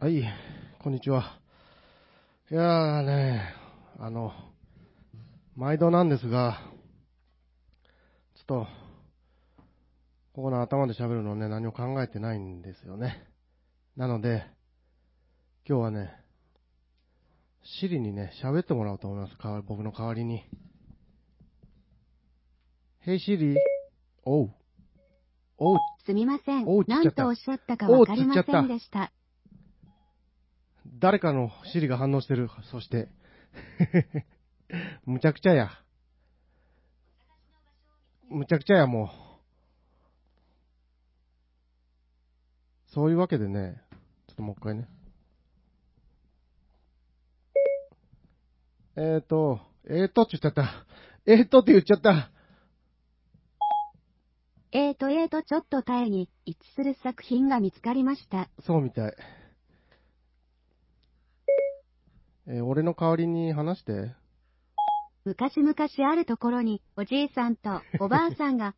はい、こんにちは。いやーね、あの、毎度なんですが、ちょっと、ここの頭で喋るのね、何も考えてないんですよね。なので、今日はね、シリにね、喋ってもらおうと思います。か僕の代わりに。ヘイシリ、おう。おう。すみません。おうつっ何ちゃったとおっしゃったかわかりませんでした。誰かのシリが反応してる。そして。 むちゃくちゃや。むちゃくちゃや、もう。そういうわけでね、ちょっともう一回ね。えーと、えーとって言っちゃった。えーとって言っちゃった。えーとえーとちょっと耐えに一致する作品が見つかりました。そうみたい。えー俺の代わりに話して。昔々あるところにおじいさんとおばあさん が、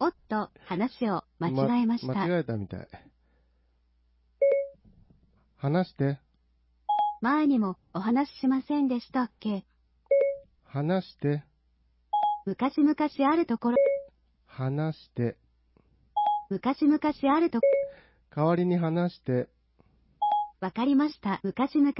おっと話を間違えました。間違えたみたい。話して。前にもお話ししませんでしたっけ話して。昔々あるところ、話して。昔々あると、代わりに話して。わかりました。昔々、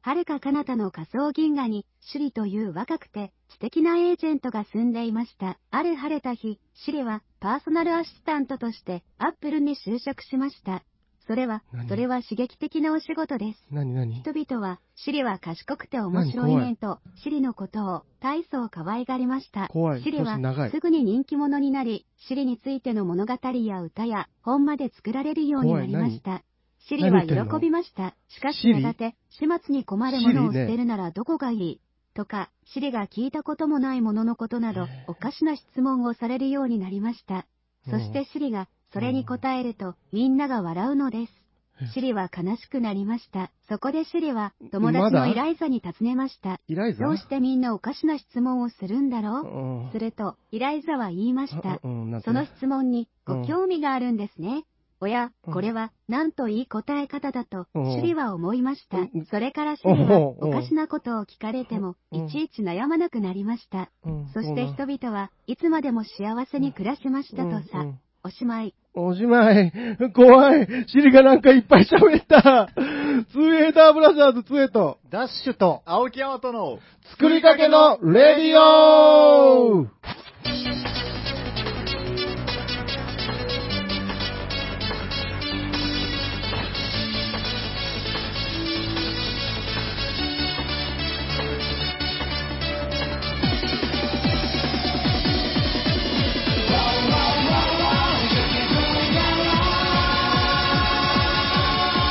はるか彼方の仮想銀河に、シリという若くて素敵なエージェントが住んでいました。ある晴れた日、シリはパーソナルアシスタントとしてアップルに就職しました。それは何、それは刺激的なお仕事です。なになに人々は、シリは賢くて面白何い怖いねんと、シリのことを大層可愛がりました。怖いシリは少し長いすぐに人気者になり、シリについての物語や歌や本まで作られるようになりました。シリは喜びました。しかしシリやがて、始末に困るものをシリね捨てるならどこがいいとか、シリが聞いたこともないもののことなど、おかしな質問をされるようになりました。そしてシリが、それに答えると、みんなが笑うのです。シリは悲しくなりました。そこでシリは、友達のイライザに尋ねました。イライザどうしてみんなおかしな質問をするんだろううんすると、イライザは言いましたう。んなんてそのね質問に、うんご興味があるんですね。おや、うんこれは、なんといい答え方だと、うんシリは思いましたうん。それからシリは、うんおかしなことを聞かれても、うんいちいち悩まなくなりました。うんそしてう人々はいつまでも幸せに暮らしましたんとうさん、おしまい。おしまい。怖い。シリがなんかいっぱい喋った。ツーエーターブラザーズツーエと、ダッシュと、青木山との、作りかけのレディオ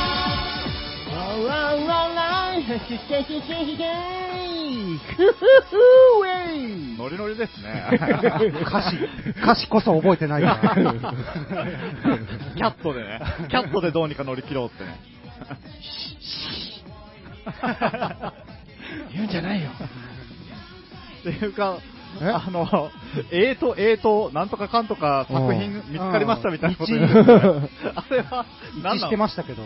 ワンワンワンワン、ヒケヒケヒケ ノリノリですね。歌詞、歌詞こそ覚えてないから。キャットでね。キャットでどうにか乗り切ろうってね。言うんじゃないよ。っていうか、えあの、えーと、えーと、なんとかかんとか作品う見つかりましたみたいなことう言んう、あれは、一致何しなてのましたけど、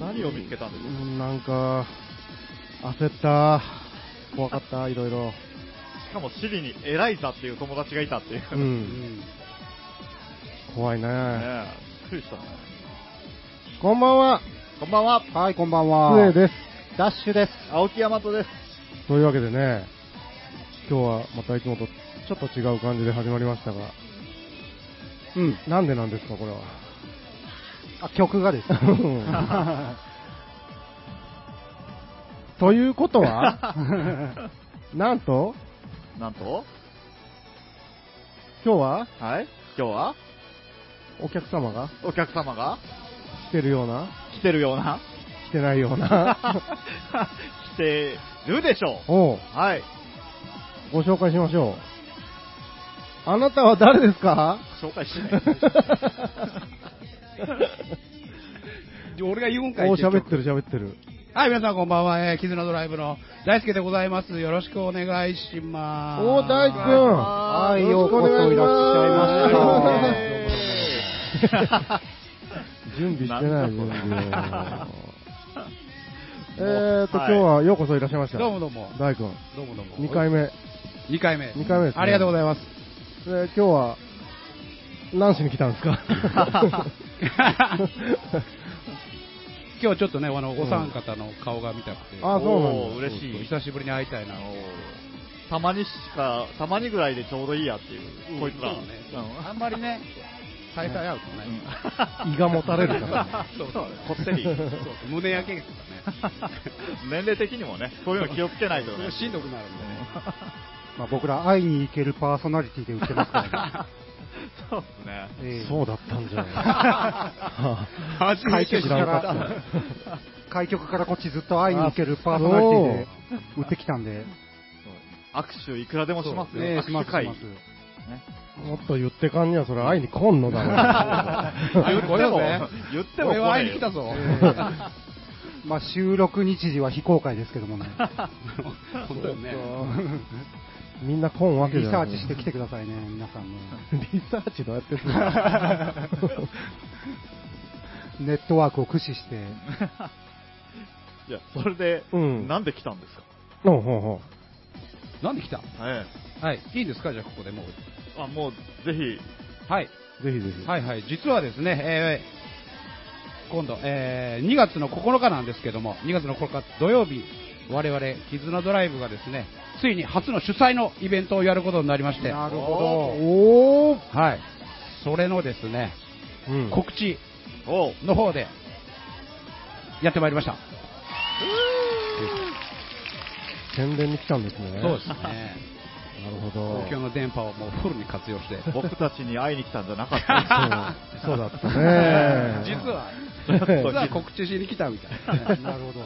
何を見つけたんですかうんなんか、焦った。怖かった、いろいろ。しかもシリにエライザっていう友達がいたっていう。うねん。怖いね。えびっくりしたね。こんばんは。こんばんは、はい、こんばんは。つえです。ダッシュです。青木山とです。というわけでね、今日はまたいつもとちょっと違う感じで始まりましたが、うん。なんでなんですか、これは。あ、曲 がです。ということは、なんと、なんと今日ははい今日はお客様がお客様が来てるような、来てるような来てないような、来てるでしょう。をはい。ご紹介しましょう。あなたは誰ですか紹介し ない。 俺が言うんかいお、結局喋ってる喋ってる。はい、皆さんこんばんは。えー、キズナドライブの大輔でございます。よろしくお願いします。お、大地くんはい、よようろしくおこそ願いいしますらっしゃいました。イエーイ準備してない準なん備だをそれえーと、も今日うはようこそいらっしゃいました。どうもどうも大君。どうもどうも。 2回目。え目。2回目。二回目ですねありがとうございます。ー今日は、何しに来たんですか 今日ちょっとね、あの、お三方の顔が見たくて、あ、そうなんおーだ。嬉しい久しぶりに会いたいな。たまにしか、たまにぐらいでちょうどいいやっていう、こいつら。そうねうんあんまりね、再会会うとね、胃がもたれ るからね。そうそうこってり。そうそう胸焼けとかね、年齢的にもね、そういうの気をつけないとそねれ。しんどくなるんでね。まあ、僕ら会いに行けるパーソナリティで売ってますからね。そうですね。え えそうだったんじゃな い初めて知らなかった開局からこっちずっと会いに行けるパーソナリティで売ってきたんで、握手いくらでもしますよ。ええしま握す手し会。ます。ねもっと言ってかんにはそれ会いに来んのだろ言っても言っても俺は会いに来たぞ。まあ、収録日時は非公開ですけ どもね、 本当よね。う。みんな来んわけリじゃサない。ーチしてきてくださいね、皆さんね。リサーチどうやってするのネットワークを駆使して、いや、それで、うんなんで来たんですかほうほうほなんで来たえはい。いいんですかじゃあここでもう。え。あ、もう、ぜひ、はい。う。ぜひぜひ。はいはい。実はですね、えー今度、えー2月の9日なんですけども、2月の9日土曜日、我々、絆ドライブがですね、ついに初の主催のイベントをやることになりまして、なはるほおーい。それのですね、うん告知おう。の方で、やってまいりました。宣伝に来たんですね。そうです ね。なるほど。東京の電波をもうフルに活用して。僕たちに会いに来たんじゃなか ったそうそうだったね。 実は、ちょっと実は告知しに来たみたいなど、。 なるほど、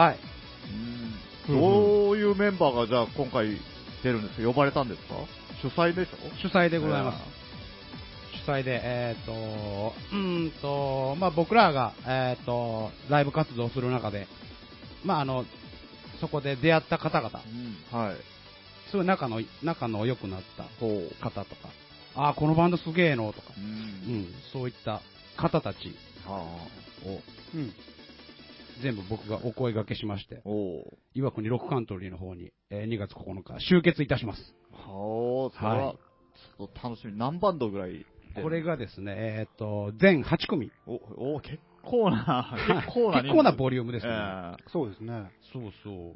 はい。です。どういうメンバーが、じゃあ、今回出るんですか呼ばれたんですか主催でしょ主催でございます。主催で、えっ、と、うーんと、まあ僕らが、えっ、と、ライブ活動する中で、まああの、そこで出会った方々、うんはい。すごい仲の、仲の良くなったほう。方とか、ああ、このバンドすげえのとかう、。うんん、そういった方たちはを、うん、全部僕がお声掛けしましてあ。、おう。岩国ロックカントリーの方に、えー2月9日集結いたします。はあ、それは、はいちょっと楽しみ。何バンドぐらいこれがですね、えっ、と、全8組。お、お、結構な、結構な人数、結構なボリュームですねえそうですね、そうそう。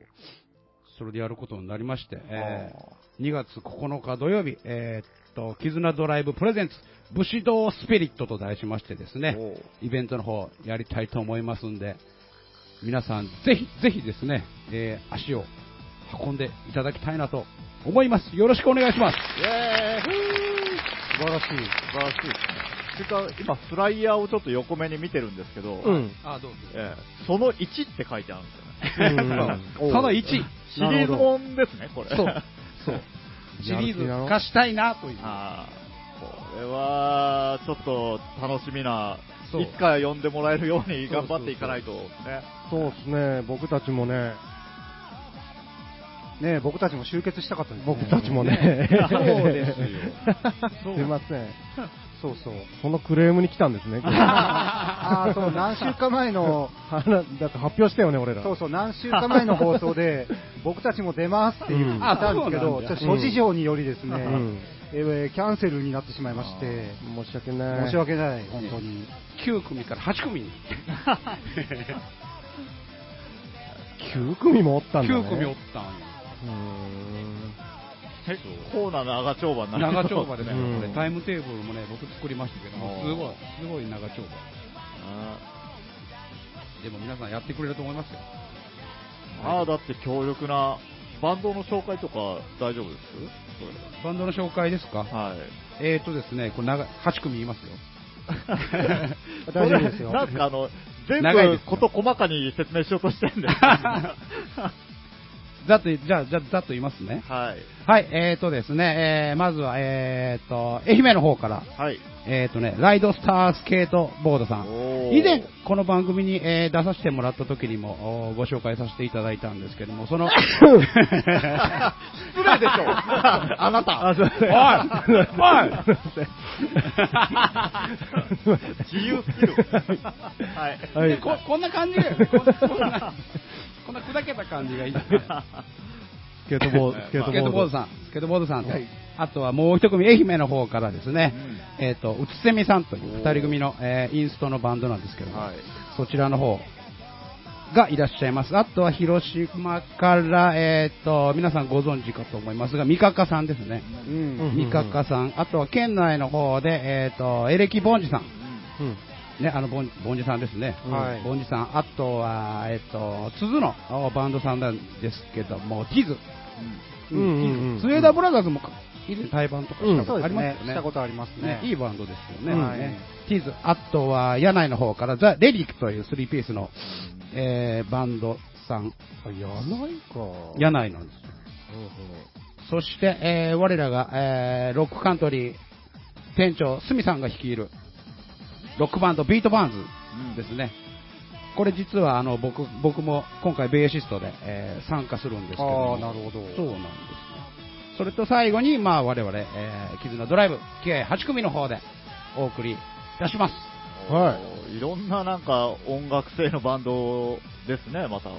それでやることになりまして、えー2月9日土曜日、えーっと、絆ドライブプレゼンツ、武士道スピリットと題しましてですえね、イベントの方やりたいと思いますんで、皆さんぜひぜひですね、えー足を運んでいただきたいなと思います。よろしくお願いします。イェーイ素晴らしい、素晴らしいですね。てか、今、フライヤーをちょっと横目に見てるんですけど、うん。あ、どうぞ。ええその1って書いてあるんですよね。うんその1、シ リーズもんですね、これ。そう、そう、シリーズ化したいなという。あーこれは、ちょっと楽しみな、そういつか呼んでもらえるように頑張っていかないとね。そうですね。僕たちもね、ねえ、僕たちも集結したかったですね、僕たちもね。そうですよ すいません。そうそう、そのクレームに来たんですね。 ああ、そう、何週か前の、あらだって発表したよね、俺ら。そうそう、何週か前の放送で、僕たちも出ますって言ったんですけど、うんちょっと諸事情によりですね、うんえーキャンセルになってしまいまして、申し訳ない。申し訳ない、本当に。 9組から8 組に。 9組もおったんだ、ね。 9組おっうたんよ。ーん。結構な長丁場になり そう長丁場ですね、うんこれタイムテーブルもね、僕作りましたけども、すごい、すごい長丁場。あーでも皆さんやってくれると思いますよ。あーだって強力な、バンドの紹介とか大丈夫ですバンドの紹介ですか、 はい。えーとですね、これ長い8組言いますよ。大丈夫ですよそれなんかあの、全長いで部すよこと細かに説明しようとしてるん で。ざっと、じゃあ、じゃあ、ざっと言いますね。はい。はい、えーとですね、えーまずは、えーと、愛媛の方から、はい。えーとね、ライドスタースケートボードさん、おーおー以前、この番組に、えー出させてもらった時にもおーご紹介させていただいたんですけども、その、 失礼でしょ あなたおいおい 自由ス キルはいはいでここんな感じがこんこんな こんな砕けた感じがいいですねスケートボード、スケートボードさん、スケートボードさんと、あとはもう一組、愛媛の方からですね、えっ、と、うつせみさんという二人組の、えーインストのバンドなんですけども、はい。そちらの方がいらっしゃいます。あとは広島から、えっ、と、皆さんご存知かと思いますが、三鷹さんですね。うんうんうん三鷹さん、あとは県内の方で、えっ、と、エレキボンジさん。うんね、あの、ボンボンジさんですね。はいボンジさん。あとは、えっ、と、鈴のおバンドさんなんですけども、ティズ。うんうんうんスウェーダーブラザーズも以前対バンとかしたこそうとあですりますよねね。。したことありますねね。いいバンドですよね。はいねティーズ。あとは、柳井の方から、ザ・レリックというスリーピースの、えーバンドさん。柳か。柳井なんですよ。そして、えー我らが、えーロックカントリー店長、スミさんが率いる、ロックバンド、ビートバーンズですね。これ実はあの僕僕も今回ベーシストで、えー参加するんですけどもあーなるほどそうなんですねそれと最後に、まあ、我々、えー、絆ドライブ気合8組の方でお送りいたしますはいいろんななんか音楽性のバンドですね、または。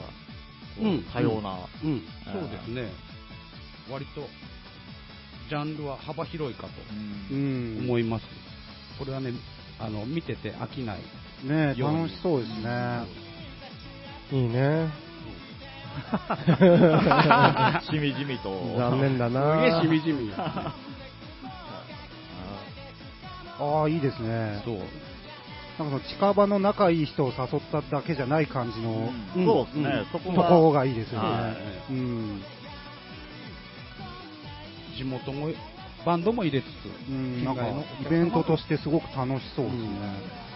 うん多様な。うんあーそうですね割とジャンルは幅広いかとうんうん。思います、これはねあの見てて飽きないね楽しそうですね。いいね。 しみじみと。残念だな。すげえしみじみああ、いいですね。そうなんかその近場の仲いい人を誘っただけじゃない感じのうんそうですね、そとこが。こがいいですよはねい。うん。地元もバンドも入れつつ、うん、なんか県外のお客様もイベントとしてすごく楽しそうですね。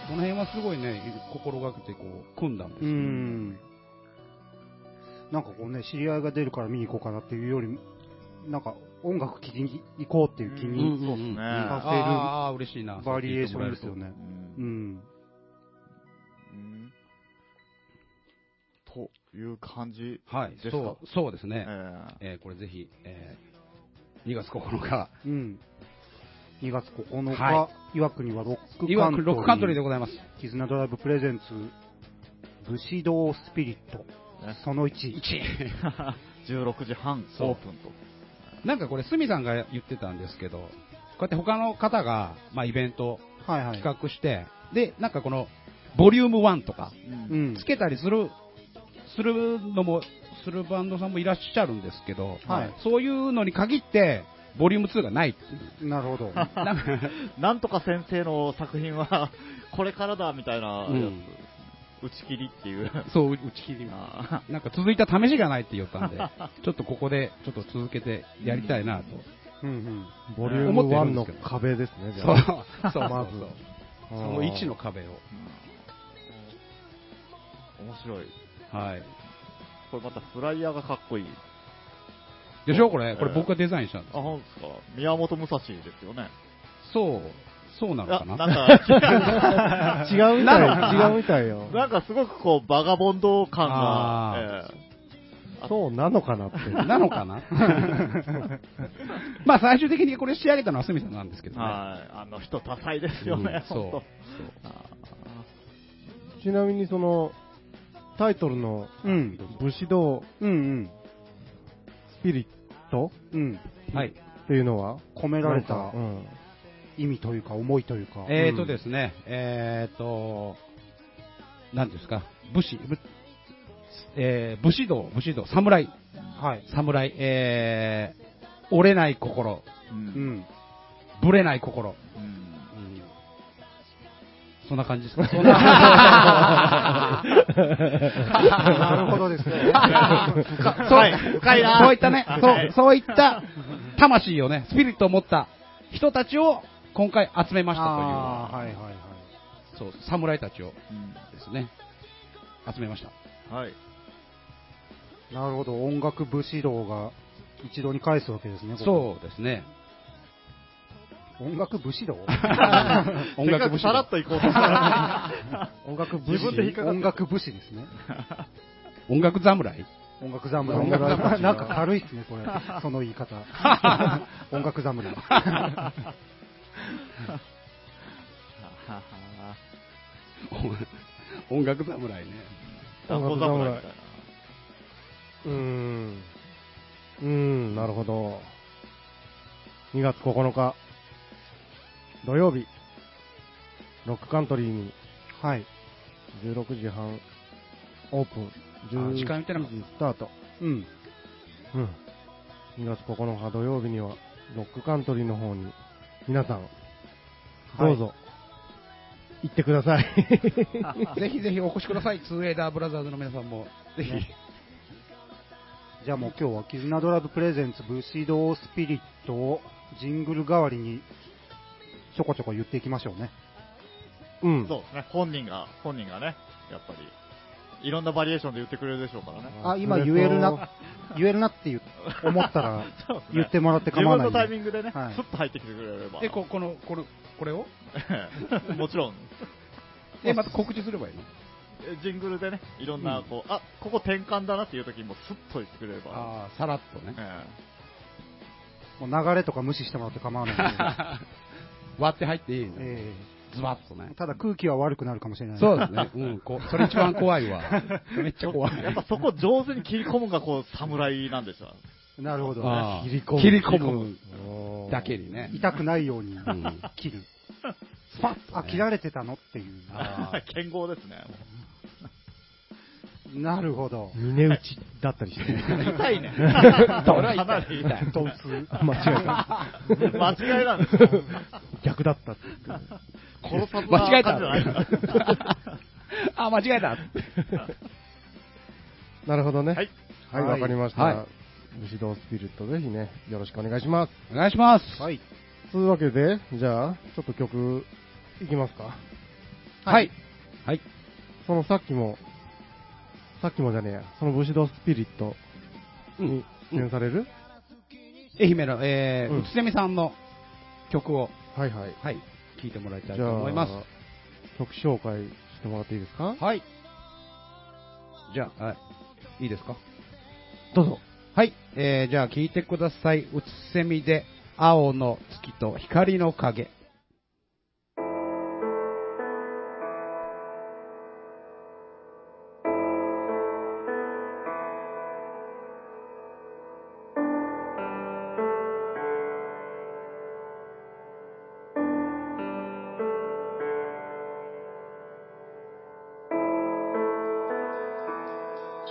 この辺はすごいね、心がけてこう、組んだんですうよ、ん。なんかこうね、知り合いが出るから見に行こうかなっていうより、なんか音楽聴きに行こうっていう気うにそうですね。させるああ、嬉しいな。バリエーションですよねう。うんん。うんという感じはいで、すか。そう、そうですえね。ーえーこれぜひ、えー2月9日から、うん。2月9日、、はい岩国はロックいわくロックカントリーでございます。絆ドライブプレゼンツ、武士道スピリット、その1。 16時半そうオープンと。なんかこれ、すみさんが言ってたんですけど、こうやって他の方が、まあ、イベントをはいはい。企画して、で、なんかこの、ボリューム1とか、うんうんつ。けたりする、するのも、するバンドさんもいらっしゃるんですけど、はいそういうのに限って、ボリューム2がないっていう。なるほど。なんかなんとか先生の作品は、これからだみたいなやつ、うん打ち切りっていう。そう、打ち切りな。あなんか続いた試しがないって言ったんで、ちょっとここで、ちょっと続けてやりたいなと。うんうん。ボリューム1の壁ですね、じゃ そうあ。、そう、ままずず。あーその1の壁を。ー面白い。はい。これまたフライヤーがかっこいい。でしょこれ、えーこれ僕がデザインしたんですあ、よ。本当ですか。宮本武蔵ですよね。そう、そうなのかあななんか、 違うみたい、違うみたいよ。なんかすごくこう、バガボンド感あが、えそうなのかなって。なのかな まあ最終的にこれ仕上げたのはすみさんなんですけえどね。はい。あの人多彩ですよね、うんそう本当ちなみにその、タイトルのうん。武士道うんうん。スピリットうん。はい。っていうのは込められたうん。意味というか、思いというか。えーとですね、えーと、何ですか、武士、ぶえー武士道、武士道、侍、はい。侍、えー折れない心、う。うんん。ぶれない心、うんうんそんな感じですか。そんななるほどで す ね。かそうそういったね、そう、そういった魂をね、スピリットを持った人たちを今回集めましたああ、とはいはいはい。いう、そう、侍たちをうんですね、集めました。はい。なるほど、音楽武士道が一度に返すわけですね、ここそうですね。音楽武士道音楽せっかく部さらっと行こうとした ら音楽武自分で引っ士かかっ音楽武士ですね。音楽侍 音楽侍。音楽侍なんか軽いですね、これ。その言い方。音楽侍。音楽侍ね。ダンゴ侍みたいなうーん。うーん、なるほど。2月9日、土曜日、ロックカントリーにはい。 16時半オープン、あ時間言ってなか19った時スタート。うん。うん。2月9日土曜日には、ロックカントリーの方に、皆さん、どうぞ、行ってください。ぜひぜひお越しください、ツーエイダーブラザーズの皆さんも。ぜひ。じゃあもう今日は絆ドラブプレゼンツ武士道スピリットをジングル代わりにちょこちょこ言っていきましょうね。うん。そうですね、本人が、本人がね、やっぱり、いろんなバリエーションで言ってくれるでしょうからね。あ、今言えるな、言えるなっていう思ったらそうですね言ってもらって構わない自分のタイんで。ミングでね、はいスッと入ってきてくれれば。で、ここの、これこれを もちろん、で、また告知すればいいのジングルでね、いろんな、こう、あ、ここ転換だなっていう時にもスッと言ってくれれば。ああ、さらっとね。えもう流れとか無視してもらって構わないん 割って入っていいの、 で。えズバッとえね。ただ空気は悪くなるかもしれない。そうですね。うん、こうそれ一番怖いわ。めっちゃ怖いえ。やっぱそこ上手に切り込むが、こう、侍なんですよ。なるほど。ああ切り込む切り込むおーだけにね。痛くないようにん切る。スパッと、あ、切られてたのっていう。あ 剣豪ですね。 なるほど。峰打ちだったりして、痛いね。ドそンれはかなり痛い。ドンツ間違えた。 間違いなんですよ。逆だったって言って殺さずな間違え感じじゃないた。 あ、間違えた。なるほどね。はい。はい、はいわかりました。は武士道スピリット、ぜひね、よろしくお願いします。お願いします。はい。というわけで、じゃあ、ちょっと曲、いきますか。はい。はい。そのさっきも、さっきもじゃねえや、その武士道スピリットに出演される、愛媛の、えーうん宇都宮さんの曲を、はいはい。はい、聴いてもらいたいじゃとあ、思います。曲紹介してもらっていいですかはい。じゃあ、はい、いいですかどうぞ。はい、えー、じゃあ聞いてください。うつせみで、青の月と光の影。 「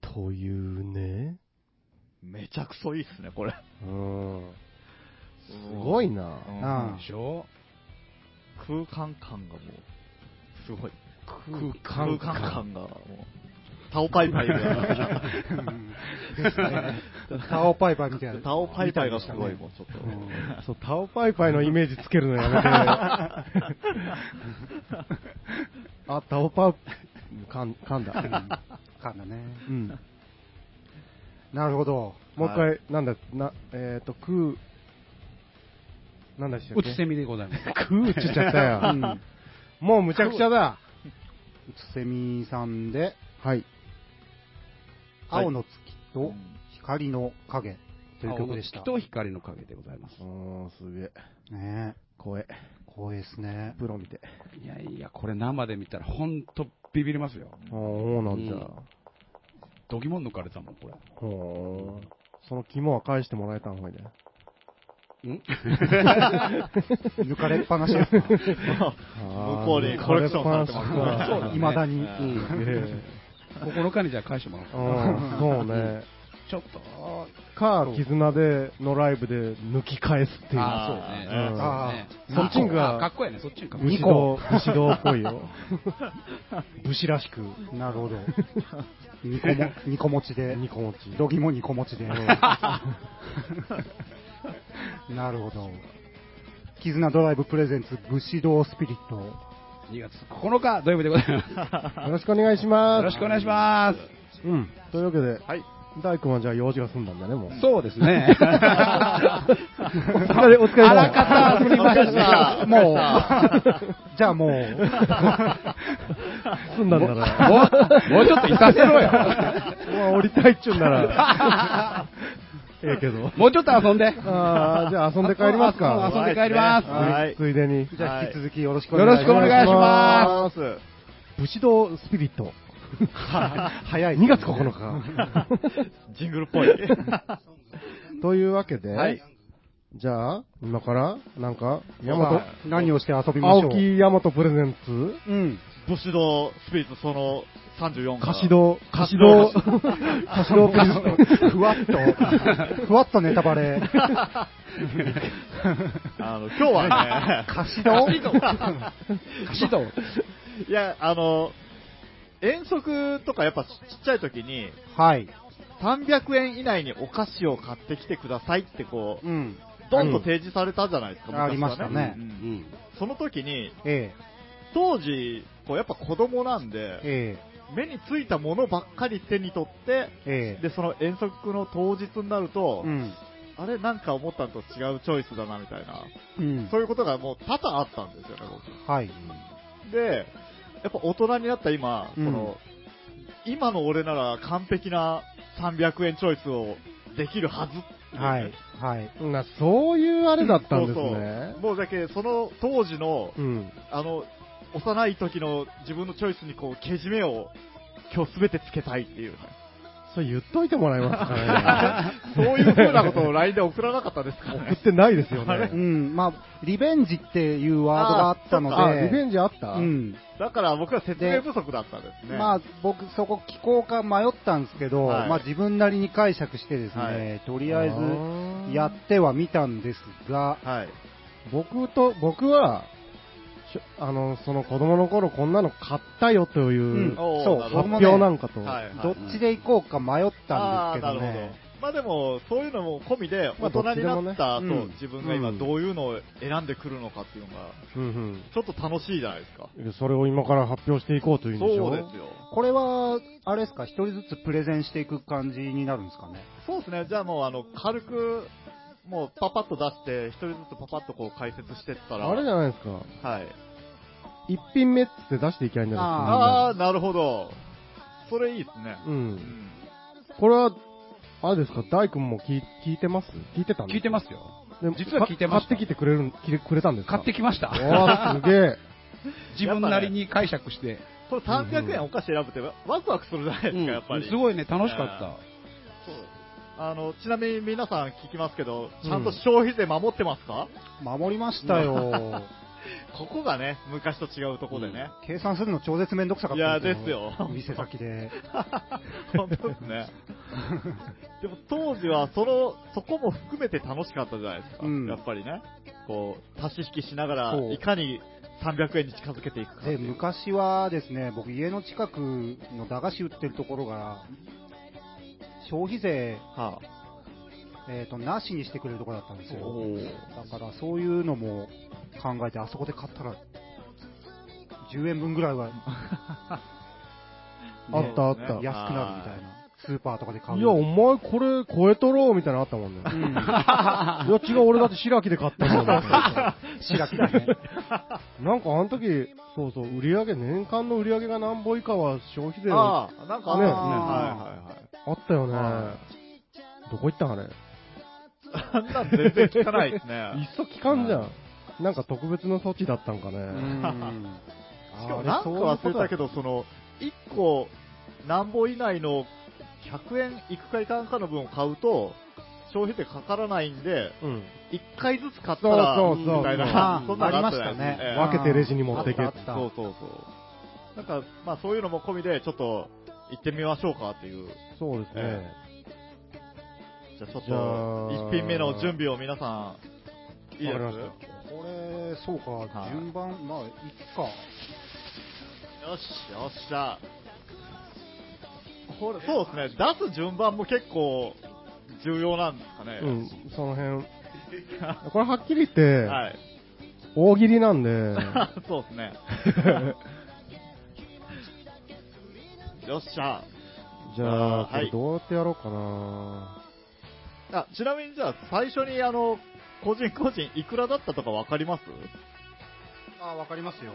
というね。めちゃくそいいっすね、これ。うん。すごいな。うんでしょ空間感がもう、すごい。空間感空間感がもう、タオパイパイが、タオパイパイみたいな。タオパイパイがすごい、もうちょっと。そう、タオパイパイのイメージつけるのやめ て。あ、タオパイ、かん、かん だ。かんだね。うん。なるほど。もう一回、なんだ、な、えっ、と、空、なんだっけうつせみでございます。空打ちちゃったよ。うん。もうむちゃくちゃだ。うつせみさんで、はい。はい青の月うとん光の影という曲でした。青の月と光の影でございます。うーん、すげえ。ねえ怖え。光栄ですね。プロ見て。いやいや、これ生で見たらほんとビビりますよ。ああ、そうなんだ。どぎも抜かれたもん、 これ。ほーその肝は返してもらえた方がいいね。ん抜かれっぱなしですかあー向こうにコレクションされてますねそう未だに。うんすげえ9日にじゃあ返してもらおうかな。うん、そうね。ちょっと、か、絆でのライブで抜き返すっていう。あうんーあそうそね。っちんがあかっこいいね、そっちんかっこ武いい士。道、武士道っぽいよ。武士らしく、あ、なる ほど。二個も、二個持ちで。二個持ち。どぎも二個持 ちで。なるほど。絆ドライブプレゼンツ武士道スピリット。 2月9日土曜日でございまよろしくお願いしす。まよろしくお願いします。す。うん。というわけで、はい。大君はじゃあ用事が済んだんだね、もう。そうです ね。お疲れ、お疲れ様。あらかた振りました。もう、じゃあもう、済んだんだな。もうもうちょっといさせろよ。まあ、降りたいっちゅうんな ら。ええけど。もうちょっと遊んで。ああ、じゃあ遊んで帰りますあか。遊んで帰ります。はい。ついでに。じゃあ引き続きよろしくおよ願いろしします。くお願いしまします。武士道スピリット。早い。 2月9日。ジングルっぽい。というわけで、はいじゃあ、今から、なんか、ヤはマい何をして遊びト、ましょ青う。木ヤマトプレゼンツ、うん。武士道スピリッツその34が貸し堂、貸し堂、貸し堂プレゼンふわっと、ふわっとネタバレ。あの、今日はね、貸し堂指導。 いや、あの、遠足とかやっぱちっちゃい時に、はい。 300円以内にお菓子を買ってきてくださいってこう、うん。ドンと提示されたじゃないですか、昔はありましたねううんん。その時に、え当時、こうやっぱ子供なんえ、で、え目についたものばっかり手に取って、え、ええ。で、その遠足の当日になると、うん。あれなんか思ったのと違うチョイスだなみたいな、うんそ。ういうことがもう多々あったんですよね、はい。僕。で、やっぱ大人になった今、うんこの、今の俺なら完璧な300円チョイスをできるはずってうねはい。はい。ツ。な、そういうあれだったんですそうねそう。もうだけその当時の、うん。あの、幼い時の自分のチョイスにこう、けじめを今日すべてつけたいっていうね、それ言っといてもらえますかね。そういうふうなことを LINE で送らなかったです か送っね。てないですよあれうね。ん。まあ、リベンジっていうワードがあったので、あ、リベンジあったうん。 だから僕は説明不足だったですね。まあ、僕、そこ聞こうか迷ったんですけど、はいまあ、自分なりに解釈してですね、はいとりあえずやあーってはみたんですが、はい。僕と、僕は、しょあの、その子供の頃こんなの買ったよという、うんおーそうなるほど発僕も表なねんかと。はいはいどっちで行こうか迷ったんですけどあーなるほどね。まあでも、そういうのも込みで、ま大あどっ人ちにでなもねった後、うん自分が今どういうのを選んでくるのかっていうのが、うんちょっと楽しいじゃないですか。うんで。それを今から発表していこうというんでしょそうですよ。これは、あれですか、一人ずつプレゼンしていく感じになるんですかね。そうですね。じゃあもう、あの、軽く、もうパパッと出して、一人ずつパパッとこう解説してったら。あれじゃないですか。はい。一品目っつって出していきゃいいんじゃあなあー、なるほど。それいいですねいですか。。みんなでううん。んこれは、あれですか、大君も聞い聞いてます聞いてたんです聞いてまますよ。す実は聞いてました買ってきてくれるん、きくれたんですか買ってきましたお。ー、すげえ。、自分なりに解釈して。これ300円お菓子選ぶってワクワクするじゃないですか、やっぱり。すごいね、楽しかった。そうあの、ちなみに皆さん聞きますけど、ちゃんと消費税守ってますか、守りましたよ。ここがね、昔と違うとこでね。 計算するの超絶めんどくさかったんいやですよ店先で。本当です ね。でも当時はその、そこも含めて楽しかったじゃないですか。うんやっぱりね。こう、足し引きしながらそ、ういかに300円に近づけていくかっていで、う。昔はですね、僕家の近くの駄菓子売ってるところが、消費税、はえっ、と、なしにしてくれるところだったんですあ、よ。おーだからそういうのも考えて、あそこで買ったら、10円分ぐらいはあったあった安くなるみたいな。スーパーとかで買ういや、よおり。前これ超えとろう みたいなのあったもんね。うん。いや、違う、俺だって白木で買ったもん。な白木 だね。んかあの時、そうそう、売り上げ、年間の売り上げが何本以下は消費税あああ、なんかあったんですね。ねはいはいはい。ったよねは。どこ行ったんあれ。あんなん全然聞 かないですいねっ。そ聞かんじゃん。なんか特別な措置だったんかうね。ん。しかもなんか忘れたけど、その、1個、何本以内の100円いくかいかんかの分を買うと、消費税かからないんで、うん。 1回ずつ買ったら、そうそうそうみたいあな、ーそんなのあったじゃないありましたねええ分けてレジに持っていけあっってた。そうそうそう。なんか、まあそういうのも込みで、ちょっと、行ってみましょうかっていう。そうですねえ。じゃあちょっじゃあと、1品目の準備を皆さん、いいでわすかりましたこれ、そうかは、い順番、まあ、いっか。よし、よっしゃ。これ、そうですね、出す順番も結構重要なんですかね。うん、その辺。これはっきり言って、はい。大喜利なんで、 そうで すね。よっしゃ。じゃあ、あーこれどうやってやろうかな。あ、ちなみにじゃあ、最初にあの、個人個人いくらだったとかわかりますあ、わかりますよ。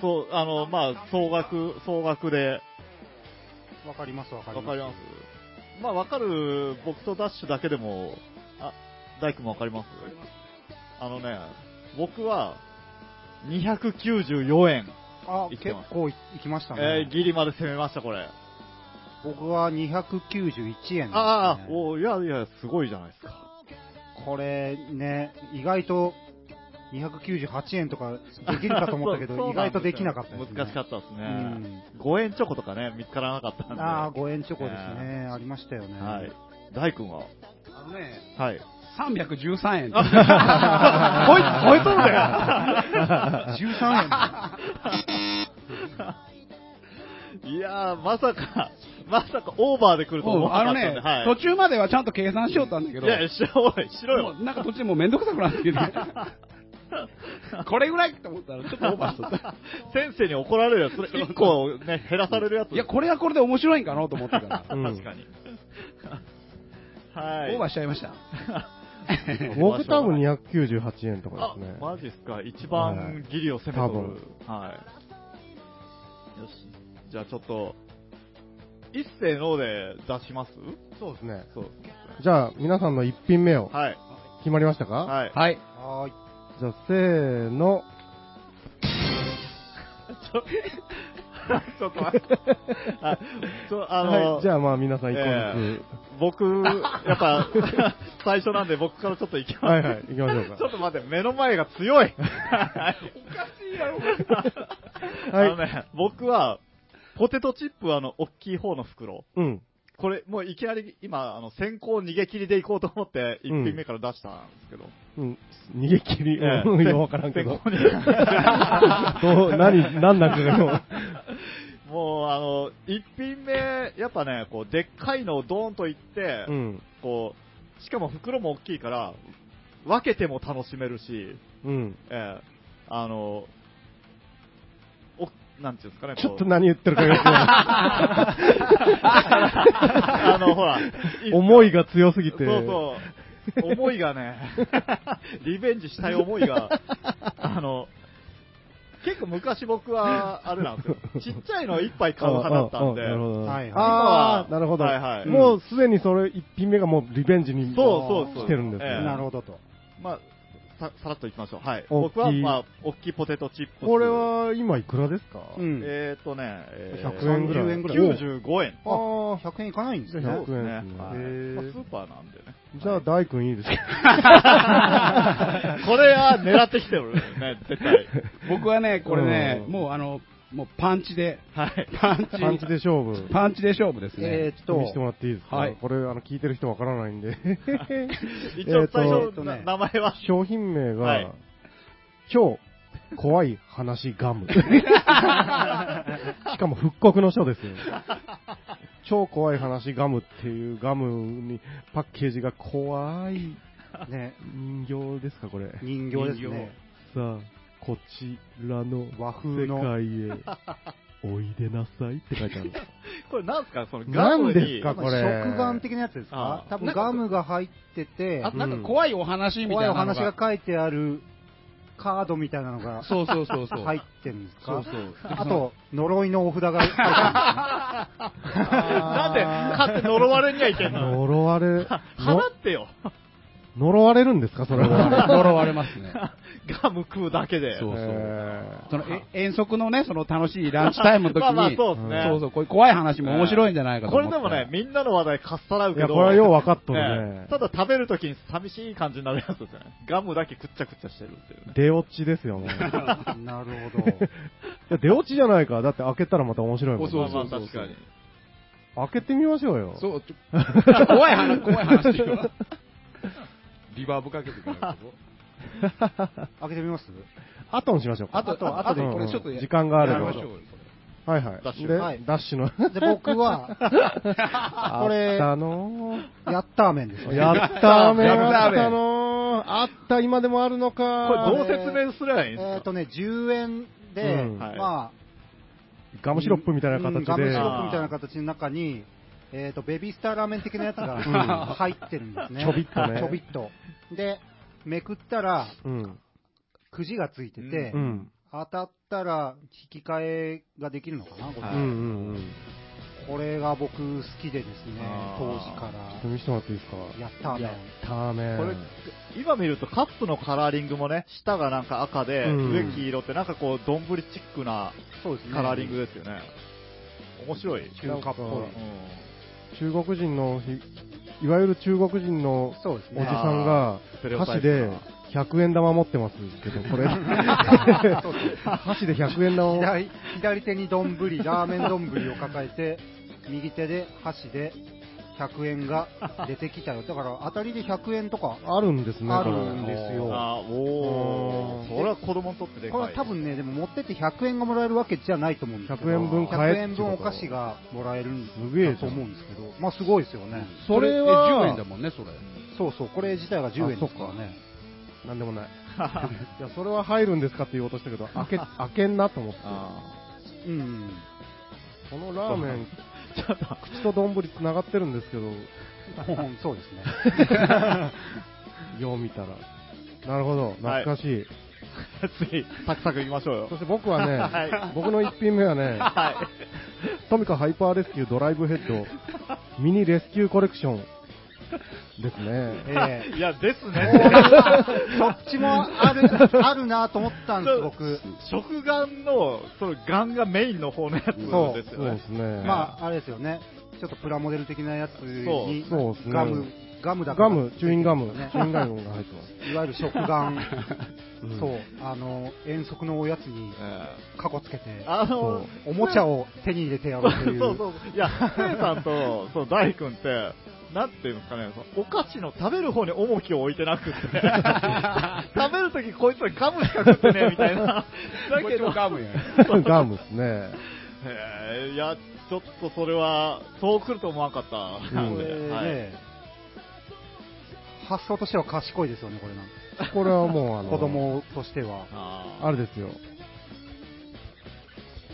そう、あの、まあ、総額、総額で、わかります、わかりわます。かりますまあ、わかる、僕とダッシュだけでも、あ、大工もわかりますあのね、僕は、294円。あ、いって結ます構いいきましたえねー、。ギリまで攻めました、これ。僕は291円、ね。ああ、おいやいや、すごいじゃないですか。これね、意外と298円とかできるかと思ったけ そうど、意外とできなかったそうでんすですね。よ難しかっったですね。5円チョコとかね、見つからなかったんで。ああ、5円チョコですえね。ありましたよね。はい。大君はあのね、はい。 313円。こいつ超えとるね 13円だ。いやー、まさか、まさかオーバーで来ると思うわんあなかのったんで、ね、はい。途中まではちゃんと計算しよったんだけど、いや、しろよ、しろもよ。うなんか途中でもうめんどくさくな ってきて、これぐらいと思ったらちょっとオーバーしとった。 先生に怒られるやつ、それ1個ね、減らされるやつ。いや、これはこれで面白いんかなと思ってから、うん確かに。はい。オーバーしちゃいました。 僕多分298円とかあですね。、マジっすか。一番ギリを攻めとる。はい。よし。じゃあちょっと、一世ので出しますそうですね。そう。じゃあ、皆さんの一品目を、はい。決まりましたかはい。はい。はーい。じゃあ、せーの。ちょ ちょっと待って。あちょあの、はい、じゃあ、まあ、皆さん一個ずつ。え僕、やっぱ、 最初なんで僕からちょっと行きます。はいはい、行きましょう ちょかっ。と待って、目の前が強い。おかしいやろ、はいあのね、僕は、ポテトチップはあの、大きい方の袋。うん。これ、もういきなり今、あの、先行逃げ切りでいこうと思って、一品目から出したんですけど。うん。逃げ切り。ええうん、ようわからんけど。先行 逃げ切りどう、何、何なんかが よう。もう、あの、一品目、やっぱね、こう、でっかいのをドーンといって、うん。こう、しかも袋も大きいから、分けても楽しめるし、うん。ええあの、お、なんていうんですかね、こうちょっと何言ってるかよくわ あの、ほら、かん ない 思いがが強すぎそて。うそう。思い がね、リベンジしたい思いが、あの、結構昔僕は、あれなんですよ。ちっちゃいの一杯買う派だったんでああああなるほ。ど。はい今はあーなるほど。はいはいもうすでにそれ一品目がもうリベンジにそうそうそう。来てるんですねええなるほどと。まあ、ささらっといきましょう。はい。おっきい僕は、まあ、大きいポテトチップス。これ、は今いくらですか、うんえっとね、えー100円ぐらい90円ぐらい95円。ああ、 100円いかないんですね。そうですね。 100円ですねはいへーまあスーパーなんでね。じゃあ大君いいですかこれは狙ってきてるね、絶対。僕はね、これね、うんもうあの、もうパンチで、はい。パンチ、パンチで勝負。パンチで勝負ですね。 えーっ見せてもらと、っていいですか、はいこれ、あの、聞いてる人わからないんで。一応、最え初ー、となね名前は、商品名が、はい超怖い話ガム。 しかも復刻の書ですよ。超怖い話ガムっていうガムにパッケージが怖いね、人形ですか、これ。人形ですね。さあ、こちらの和風の世界へおいでなさいって書いてある。これなんですかそのガム何に。ですかこれ食玩的なやつですあかー多分ガムが入っててあ、なんか怖いお話み怖たいいおなの話がが。書いてあるカードみたいなのがそうそうそうそう。入ってるんですそうかそう。あと、呪いのお札が入ってるなんで、勝手に呪われにはいけんの呪われ、はの払ってよ。呪われるんですか、それは。呪われますね。ガム食うだけで。そうそうえーそのえ遠足のね、その楽しいランチタイムの時に、 まあまあ、そうですね。 そうそうこういう怖い話も面白いんじゃないかとこれ思って。でもね、みんなの話題かっさらうけど。いやこれはよう分かっとるねただ食べるときに寂しい感じになるやつですよね。ガムだけくっちゃくちゃしてるっていうね。出落ちですよ、もう。なるほど。いや出落ちじゃないか。だって開けたらまた面白いもん、ね。そうそうまあまあ確かに。開けてみましょうよ。そう、ちょ 怖い話、怖い話 よ。リバーブかけてくれる開けてみますあとにしましょうか。あと、あと、あとでこれちょっとうんや時間があれやりまばし。ょうよはいはい。ダッシュで、はいダッシュの。で、僕は、あこれったのーヤッターメンですね。やったーめやったーあっめたのーあった、今でもあるのかこれーどう説明すればいいんえでっすかとね、10円で、うんはいまあ、ガムシロップみたいな形うんガムシでロ。ップみたいな形の中に、えっと、ベビースターラーメン的なやつがん入ってるんですね。ちょびっとねちょびっと。で、めくったら、うん。くじがついてて、うん。当たったら引き換えができるのかな、これ,、うんうんうん。これが僕好きでですねあー、当時ちかょっとら。見せてもらっていいですかやったーメンターメン。これ、今見るとカップのカラーリングもね、下がなんか赤で、うん上黄色ってなんかこう、どんぶりチックなそうですね。カラーリングですよね。面白い。中華っぽいうん中国人のひ、いわゆる中国人のそうですおじね。さんがステレオタイ箸プでな100円玉持ってますけど、これ、そうそう 箸で100円玉を、左左手に丼、ラーメン丼を抱えて、右手で箸で100円が出てきたよ。だから当たりで100円とか、あるんですね、あるこれんですよあーおうんー。それは子供にとってでこれか。はい多分ね、でも持ってって100円がもらえるわけじゃないと思うんですけど、 100円分買え100円分お菓子がもらえるんすげえじゃんだと思うんですけど、まあすごいですよね。そそれれはは10円だもんね、それ。そうそう、これ自体が10円ですからね。なんでもない。いや、それは入るんですかって言おうとしたけど、開 け、開けんなと思って。あうん。このラーメン、口と丼繋がってるんですけど、うんそうですね。よう見たら。なるほど、懐かしい。ー 次、サクサクいきましょうよそ。して僕 はね、 はい僕の一品目はね、はい。トミカハイパーレスキュードライブヘッド、ミニレスキューコレクションですね。え えいや、ですこれね。は そっちも ある、あるなと思ったんです、僕。食玩の、その、玩がメインの方のやつそうですそうでよね。すね。まあ、あれですよね。ちょっとプラモデル的なやつに、そうそうですねガム、ガムだからガム、チューインガム、ねチューインガムが入ってます。いわゆる食 玩、うんそう、あの、遠足のおやつにえカゴつけてえ、あその、おもちゃを手に入れてやそろう うという。 そうそう。いや、せいさんと、その、大君って、なんていうんですかね、そのお菓子の食べる方に重きを置いてなくって、食べるときこいつはガムしか食ってねえみたいな。だけど、ガムや。ガムですね。ええいや、ちょっとそれは、そう来ると思わなかった。うんこれね、はい発想としては賢いですよね、これなんかこれはもうあの、子供としては。あー あれですよ。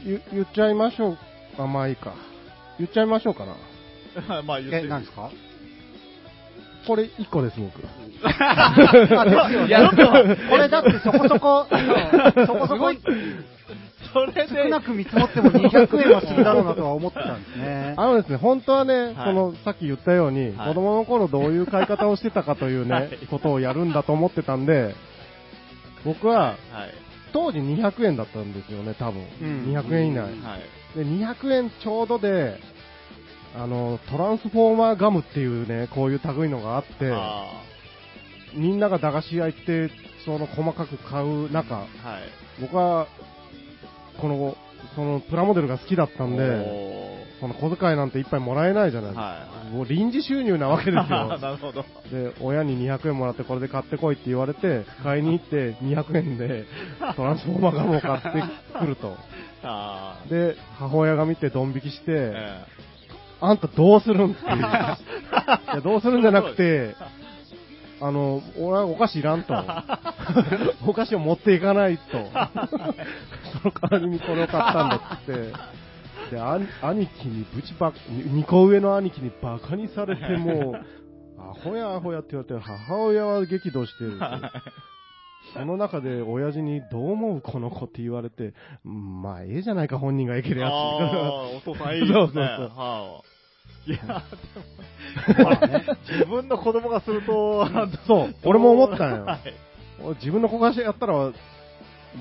ゆ言っちゃいましょうか。まあいいか。言っちゃいましょうかな。まあ言ってえ、何ですかこれ1個です、僕。いや、これだってそこそ こ、そこそこそれで、少なく見積もっても200円はするだろうなとは思ってたんですね。あのですね、本当はね、いその、さっき言ったように、はい子供の頃どういう買い方をしてたかというね、はいことをやるんだと思ってたんで、僕は、はい。当時200円だったんですよね、多分。うん200円以内。はい。で、200円ちょうどで、あの、トランスフォーマーガムっていうね、こういう類のがあって、あみんなが駄菓子屋行って、その細かく買う中、ーはい。僕は、この、そのプラモデルが好きだったんで、おーその小遣いなんていっぱいもらえないじゃ ないですか。はいはいもう臨時収入なわけですよ。 なるほど。で、親に200円もらってこれで買ってこいって言われて、買いに行って200円でトランスフォーマーガムを買ってくると。あーで、母親が見てドン引きして、えあんたどうす るんっていう。いやどうするんじゃなくて、あの、俺はお菓子いら んと。お菓子を持っていかないと。その代わりにこれを買ったんだって言って。で、あ兄貴にぶちば、2個上の兄貴にバカにされてもう、アホやアホやって言われて、母親は激怒してる。その中で親父にどう思うこの子って言われて、うんまあええじゃないか本人がいけるえ。やつ。あーお父さんいいですね。そうそうそうはいいや、でも、まあね、自分の子供がすると、そう、俺も思ったんよ。はい俺自分の子会社やったら、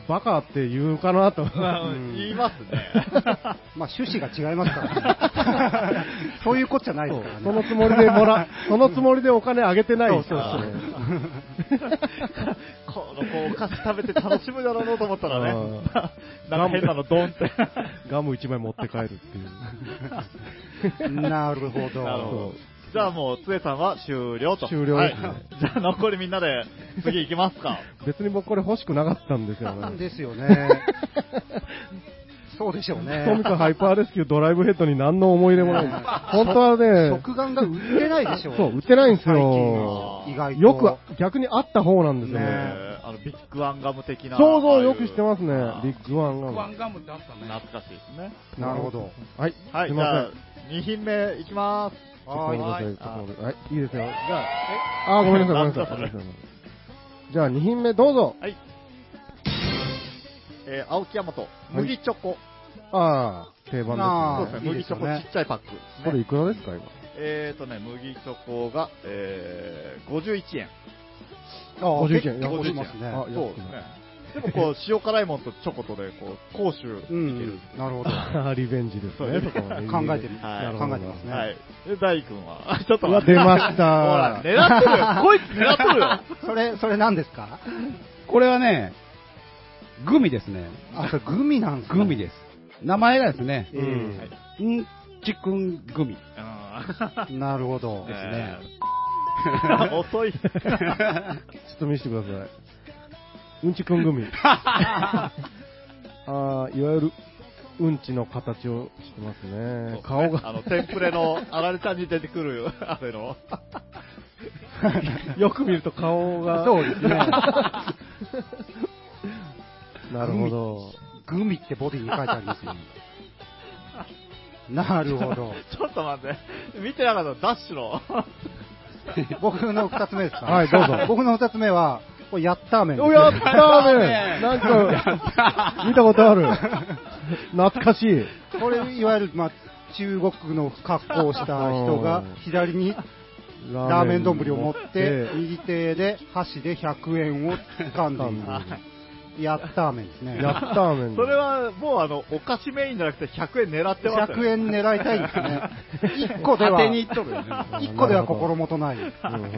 バカって言うかなと。まあうん言いますね。 まあ、趣旨が違いますから ね。そういうことじゃないですからね。そのつもりでもら、そのつもりでお金あげてないですからねこの子お菓子食べて楽しむだろうなと思ったらねうん、なんか変なのドンって。ガム1枚持って帰るっていう。なるほど。なるほど。じゃあもう、つえさんは終了と。終了はでいすね。じゃあ残りみんなで、次行きますか。別に僕これ欲しくなかったんですよなんね。ですよね。そうでしょうねト。ミカハイパーレスキュードライブヘッドに何の思い入れもない。本当はね、食玩が売ってないでしょそう売ってないんですよ最近意外と。よく逆にあった方なんですよねね。えーあの、ビッグワンガム的な。そうそああう、いよく知ってますねあ。あビッグワンが。ワンガムってあったね。懐かしいですね。なるほど。はい、すはい、いじゃまあ、2品目いきます。せん。ちょっとごめんなさい。はちょいっとごめんなさいはい、いいですよ。じゃ あ、あー、ごめんなさい、ごめんなさい。ごめんなさいじゃあ、2品目どうぞ。はい。えー、青木山と、麦チョコ。ああ、定そ番うでですすね。ね、い麦いですチョよコねちっちゃいパックですこね。れいくらですか、今。えーとね、麦チョコが、えー、51円。ああ、 51円結構しますあね。安そうくですね。で もこう、塩辛いもんとチョコとで、こう、甲州いけうるん。。な るほど。あーリベンジですそうねです、そこはね考えてる、はい考えてますね。はい。で、大君は、 あちょっとうわ、待って出ましほら、た。狙って るよ。こいつ狙ってるよ。それ、それ何ですかこれはね、グミですね。あ、それグミなんですねグミです。名前がですね、えうんはいうんちくんグミ。えなるほど。ですねね。 遅い。ちょっと見せてください。うんちくん組。ああ、いわゆる、うんちの形をしてますね。顔あが、の、テンプレの、あられちゃんに出てくるよ、 あれの。よく見ると顔が。そうですね。 なるほど。グミってボディに書いてあります よ。なるほど。ちょっと待って。見てなかった、ダッシュの。僕の二つ目で すかはいどうぞ僕の二つ目は、これやったーめんですおやったーねなんか、見たことある。懐かしい。これ、いわゆる、まあ、中国の格好をした 人がうん、左にラーメン丼を持っえて、右手で箸で100円を掴んでいる。やったーめんですえね。やったーめん。それ、は、もうあの、お菓子メインじゃなくて100円狙ってますよ、 100円狙いたいですね。1個では、一個では心もとない。うんうんうん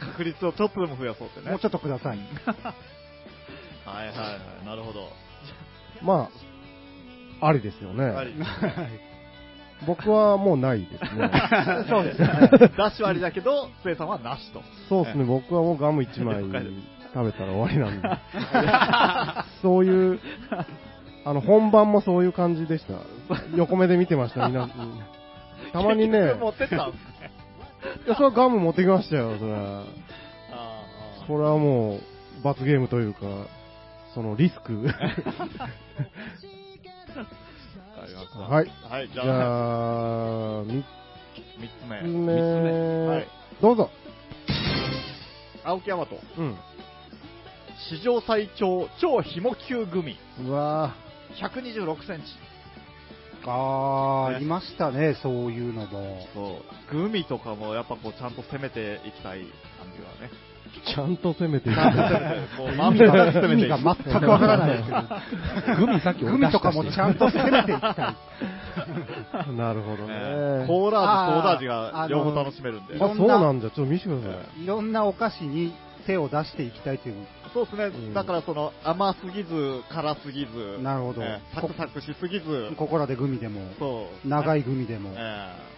確率をちょっとでも増やそうってね。もうちょっとください。はいはいはい、なるほど。まあ、ありですよね。あり僕はもうないですね。 そうですね。ダッシュありだけど、スエさんはなしと。そうですね、僕はもうガム1枚食べたら終わりなんで。 そういう、あの、本番もそういう感じでした。横目で見てました、みんな。うんたまにね、い 結局持ってったんですね。や、それはガム持ってきましたよ、それは。あーそれはもう、罰ゲームというか、そのリス ク。わかりましたはい。はい、じじゃあ、ゃあ、3 3つつ目。目、はいどうぞ。青木大和。うん。史上最長超ひも級組うわ126センチあー、ねいましたね、そういうのも。そうグミとかもやっぱこうちゃんと攻めていきたい感じはねちゃんと攻めていく。もう意まん味べんなく攻がめ意て味いがく全くわからないですけグど。ミさっきグミとかもちゃんと攻めていきたい。なるほどねね。コーラ味、ソーダあ味がー両方楽しめるんであ。のあ、そうなんだ。ちょっと見せてください。いろんなお菓子に手を出していきたいという。そうですんね。だからその甘すぎず、辛すぎず。なるほどええサクサクしすぎず。ここらでグミでも、そう。長い。いグミでも。ええ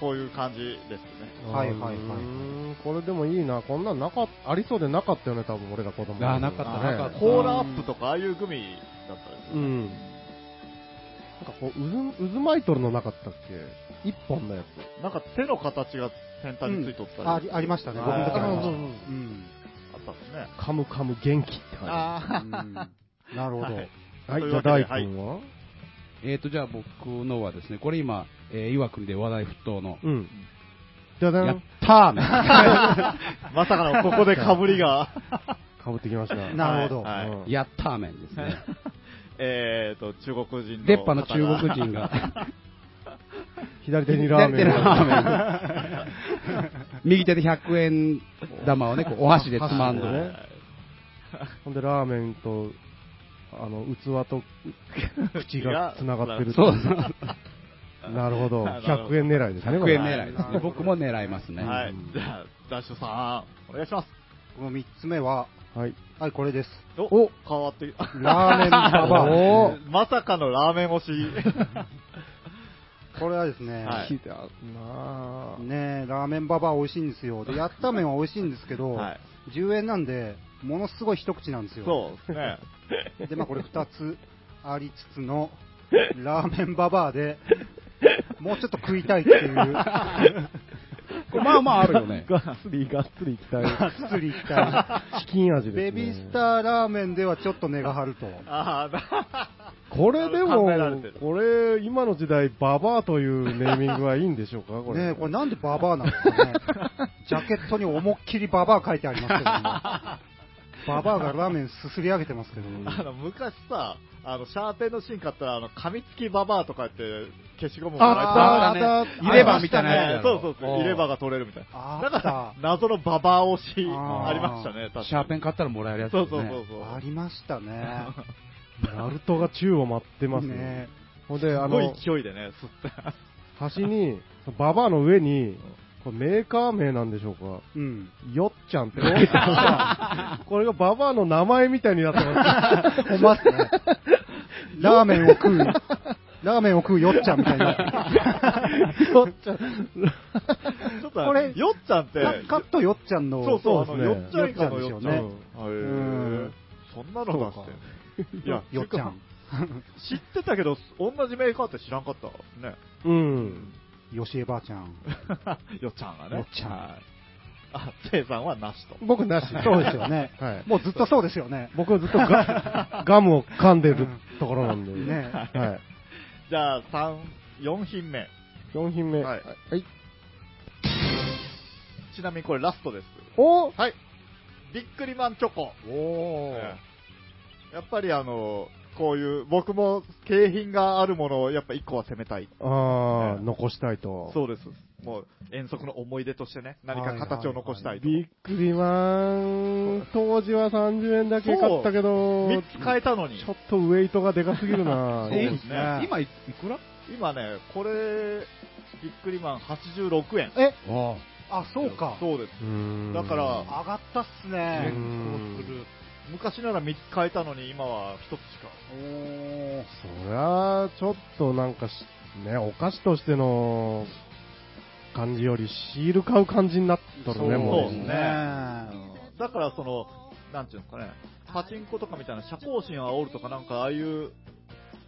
こういう感じですね。はいはいはいうーんこれでもいいな。こんなんなかっありそうでなかったよね、多分俺ら子供の頃。あなかったねなかったコーラアップとか、ああいうグミだったですうよね。ん。なんかこう、渦渦巻いとるのなかったっけ一本のやつ。なんか手の形が先端についとったり、うんありありましたね、あ僕の時ありました。そううそうんあったんですね。カムカム元気って感あうんなるほど。はいじ。はい、といじうゃあわけで大君はえーと、じゃあ僕のはですね、これ今、えー岩国で話題沸騰の、うん。じゃじゃやっん。たー ね まさかのここで被り が。かぶってきました。なるほどはいはいうんやったーめんですね。えーと、中国人の。出っ歯の中国。人が、左手にラーメン。ラーメン右手で100円玉をね、こうお箸でつまんではねい。ほんで、ラーメンと、あの、器と口が繋がってる。そうそう。なるほど。なるほど100円狙いですね、こ100れ円狙いですね。僕も狙いますね。は。はいじゃあ、ダッシュさん、お願いします。この3つ目は、はい。はい、こ れです。お変わってき た。ラーメンババア。おまさかのラーメン推し。これはですね、はい聞いてあるなぁねラーメンババア美味しいんですよ。で、やった麺は美味しいんですけど、はい10円なんで、ものすごい一口なんですよ。そうですね。で、まあこれ2つありつつの、ラーメンババアで、もうちょっと食いたいっていう、 これまあまああるよね。がっつり、がっつりいきたい。がっつりいきたチキン味い。です、ね。ベビースターラーメンではちょっと値が張ると。ああ、これでも考えられてる、これ、今の時代、ババアというネーミングはいいんでしょうか、これ。ねえこれなんでババアなんですかね。ジャケットに思いっきりババア書いてありますけども。ババアがラーメンすすり上げてますけども。あの、昔さ、あの、シャーペンのシーン買ったら、あの、噛みつきババアとかって消しゴムもあらったねあった入れ歯みたいなえやてつ。そうそうそう、入れ歯が。が取れるみたいあな。っただから、謎のババア推し、あーありましたね、確かにシャーペン買ったらもらえるやつね。そうそうそうそう。ありましたね。ナルトが宙を舞ってますね。ねほんで、あすごいの、勢いでね、吸った。端に、ババアの上に、これメーカー名なんでしょうか。うん。よっちゃんって。 これがババアの名前みたいになってま ほんまっすね。ラーメンを食う、ラーメンを食うよっちゃんみたいな。す。よっちゃん。ちょっと、これよっちゃんって、カットよっちゃんの。そうそう、あその、うですねよっちゃん以下のよっちゃん。へよーそんなのがあっいて。いやや、、よっちゃん。知ってたけど、同じメーカーって知らんかったね。うん。よしえばあちゃん。よっちゃんがね。よっちゃんはい。あ、せいさんはなしと。僕なし。そうですよね。はい。もうずっとそうですよね。僕はずっと ガガムを噛んでるところなんで。ねはい。じゃあ、三、四品目。 4品目。はいい。ちなみにこれラストです。おはい。ビックリマンチョコ。おええやっぱりあの、こういう、僕も景品があるものをやっぱ一個は攻めたい。ああ、ええ残したいと。そうです。もう遠足の思い出としてね、何か形を残したいと。ビックリマン、当時は30円だけ買ったけど、 3つ変えたのにちょ。っとウェイトがでかすぎるなそうですね今いいくら今ね、これ、ビックリマン86円。え、ああ、そうか。そうです。うーんだから上がったっすうね。ん昔なら3つ変えたのに、今は1つしか。おーそりゃ、ちょっとなんかし、ね、お菓子としての感じより、シール買う感じになっとるね、もそううですねだからその、なんていうんですかね、パチンコとかみたいな社交心を煽るとかなんかああいう、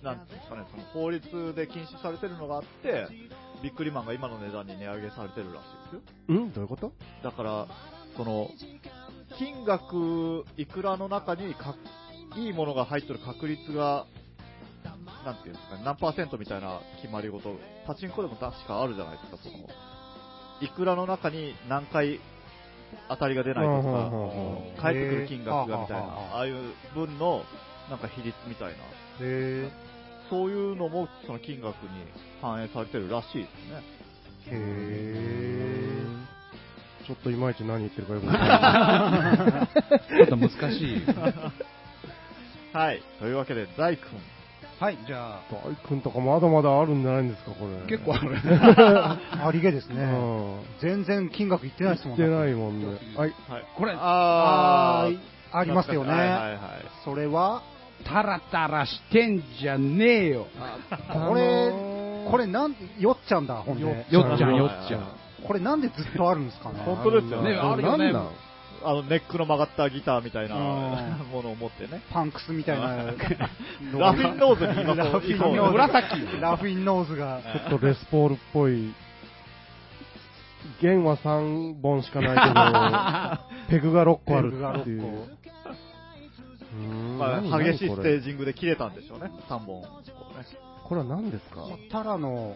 なんていうんですかね、その法律で禁止されてるのがあって、ビックリマンが今の値段に値上げされてるらしいですうよ。んどういうことだから、その、金額いくらの中にかいいものが入ってる確率が、なんていうんですかね、何パーセントみたいな決まりごと、パチンコでも確かあるじゃないですか、その、いくらの中に何回当たりが出ないとうんか、うんうんうん返ってくる金額がみたいへーな、ああああいう分のなんか比率みたいな、へそういうのもその金額に反映されてるらしいですね。え。へえ。ちょっといまいち何言ってるかよくわかんない。ちょっと難しい。はい。というわけで、大君。はい、じゃあ、大君とかまだまだあるんじゃないんですか、これ。結構ある。ありげですうね。ん。全然金額いってないですもしん。てないいもんね。はい。はい。これああーありますよね。はいはいはい。それは、タラタラしてんじゃねえよ。これ、これなんて、よっちゃんだ、ほんで。よっちゃん、はいよっちゃん。これなんでずっとあるんですかね。本当ですよねねあるよねなんなんあの、ネックの曲がったギターみたいなうものを持ってね。パンクスみたいな。ラフィンノーズに今こうラフィン行こうノーズ紫ラフィンノーズが。ちょっとレスポールっぽい。弦は3本しかない けど、ペグが6個あるっていう。ペグが六うーんま何あ、激しい何こスれテージングで切れたんでしょうね、3本。これは何ですか個タラの、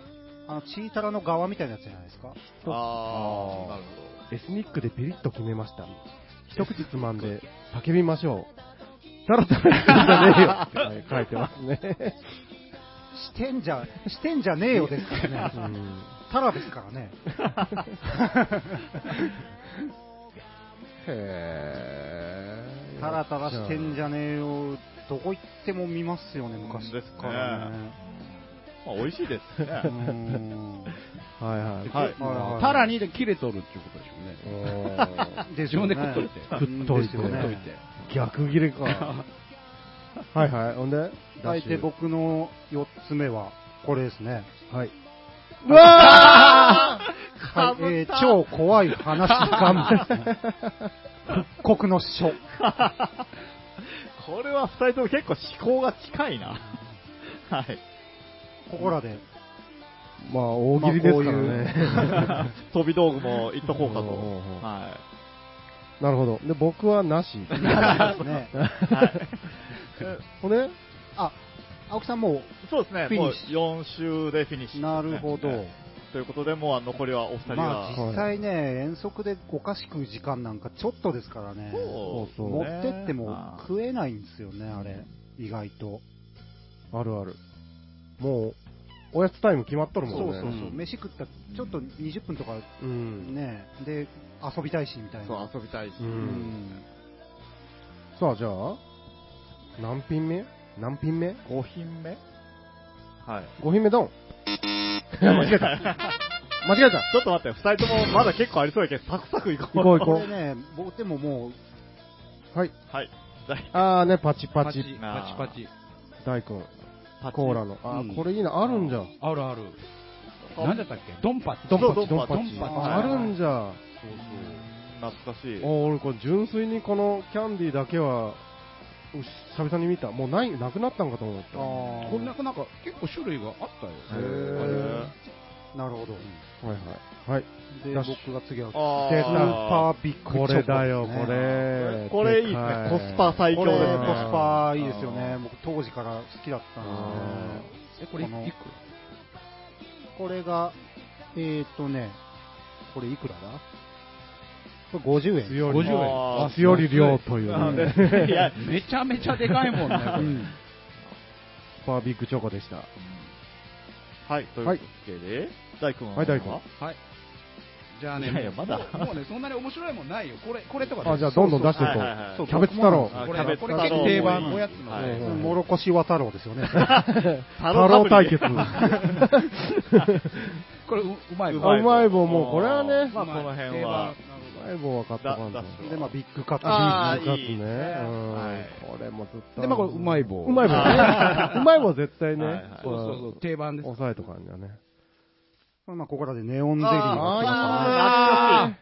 あの、チータラの側みたいなやつじゃないですか。ああーあ、なるほエスニックでピリッと決めました。一口つまんで叫びましょう。タラタラしてんじゃねえよって書いてますね。してんじゃ、してんじゃねえよですからね。うんタラですからね。へタラタラしてんじゃねえよ。どこ行っても見ますよね、昔ですねからね。ど。まあ、美味しいですねう。んゃはいはい。はい。はいタラにで切れとるっていうことでしょうね。自ですよ分ねで食っとい食っといてて。ですよ食っねといて。逆切れか。はいはい。ほんで、大いて僕の4つ目は、これですね。はい。はい、えー超怖い話ガムですね。復刻の書。これは2人とも結構思考が近いな。 はい。ここらで、まあ、大喜利ですからね。飛び道具も行っとこうかと。おうおうおうは なるほど。で、僕はなし。ね、い。はい。ほんで、あ、青木さんもそうですね、フィニもうッシ4周でフィニッシう、ュ。なるほど。ということで、もうあの残りはお二人まあは。実際ね、遠足でお菓子食う時間なんかちょっとですからね。そうそう持ってってもあー食えないんですよね、あれ。意外と。あるある。もう、おやつタイム決まっとるそうもんね。そうそう。飯食ったらちょっと20分とかうん。ね、で、遊びたいしみたいな。そう、遊びたいし。う。うんんさあ、じゃあ、何品目何品目5品目はい。 ?5 品目ドン。間 違えた。間違えた。ちょっと待って、二人ともまだ結構ありそうやけど、サクサクいこう。行こう行ここれね、僕でももう、う。はい。はい。大あーね、パチパチ。 パチパチ。大君、パチコーラの。あうんー、これいいな。あるんじゃん。あるある。何だったっけドンパチ。ドンパそうチ、ドドンンパパチチ。ドンパチああるんじゃん。懐かしい。お俺これ純粋にこのキャンディーだけはうし久々に見たもうないなくなったんかと思ったあーこんななんか結構種類があったよ。へなるほど。はいはいはいで、ダッシュ僕が次は、スあー出ーたパービッグチョコこれだよこれこれいいですかね。コスパ最強こでれすね。コスパいいですよね。僕当時から好きだったんでえ、これいくこのいくすね。これが、えーっとね、これいくらだこれ50円。強り50円あー強り量というなんでねいや、めちゃめちゃでかいもんね、これうんスパービッグチョコでしたはい、というわけで、大君ははい大君はい。じゃあね、いやいやもうまだもうね、そんなに面白いもんないよ。これ、これとかあじゃあどんどん出していこはいはいはいうキャベツ太郎キこれャベツこれ太結郎構定番のやつのはいうんもろこし和太郎ですよね。太太郎対 決 これう、うまいあわうまい棒もうこれはねまあ、この辺は。うまい棒は買ったかんとだだで、まあ、ビッグカツビあーー部活ねいいですねうんはいこれもずっとで、まあこれ、うまい棒。うまい棒ね うまい棒絶対はいはねいそうそうそう、定番です。抑えとかんだよねフ。まあ、ここらでネオンゼリーあが来ましあーたね懐かしい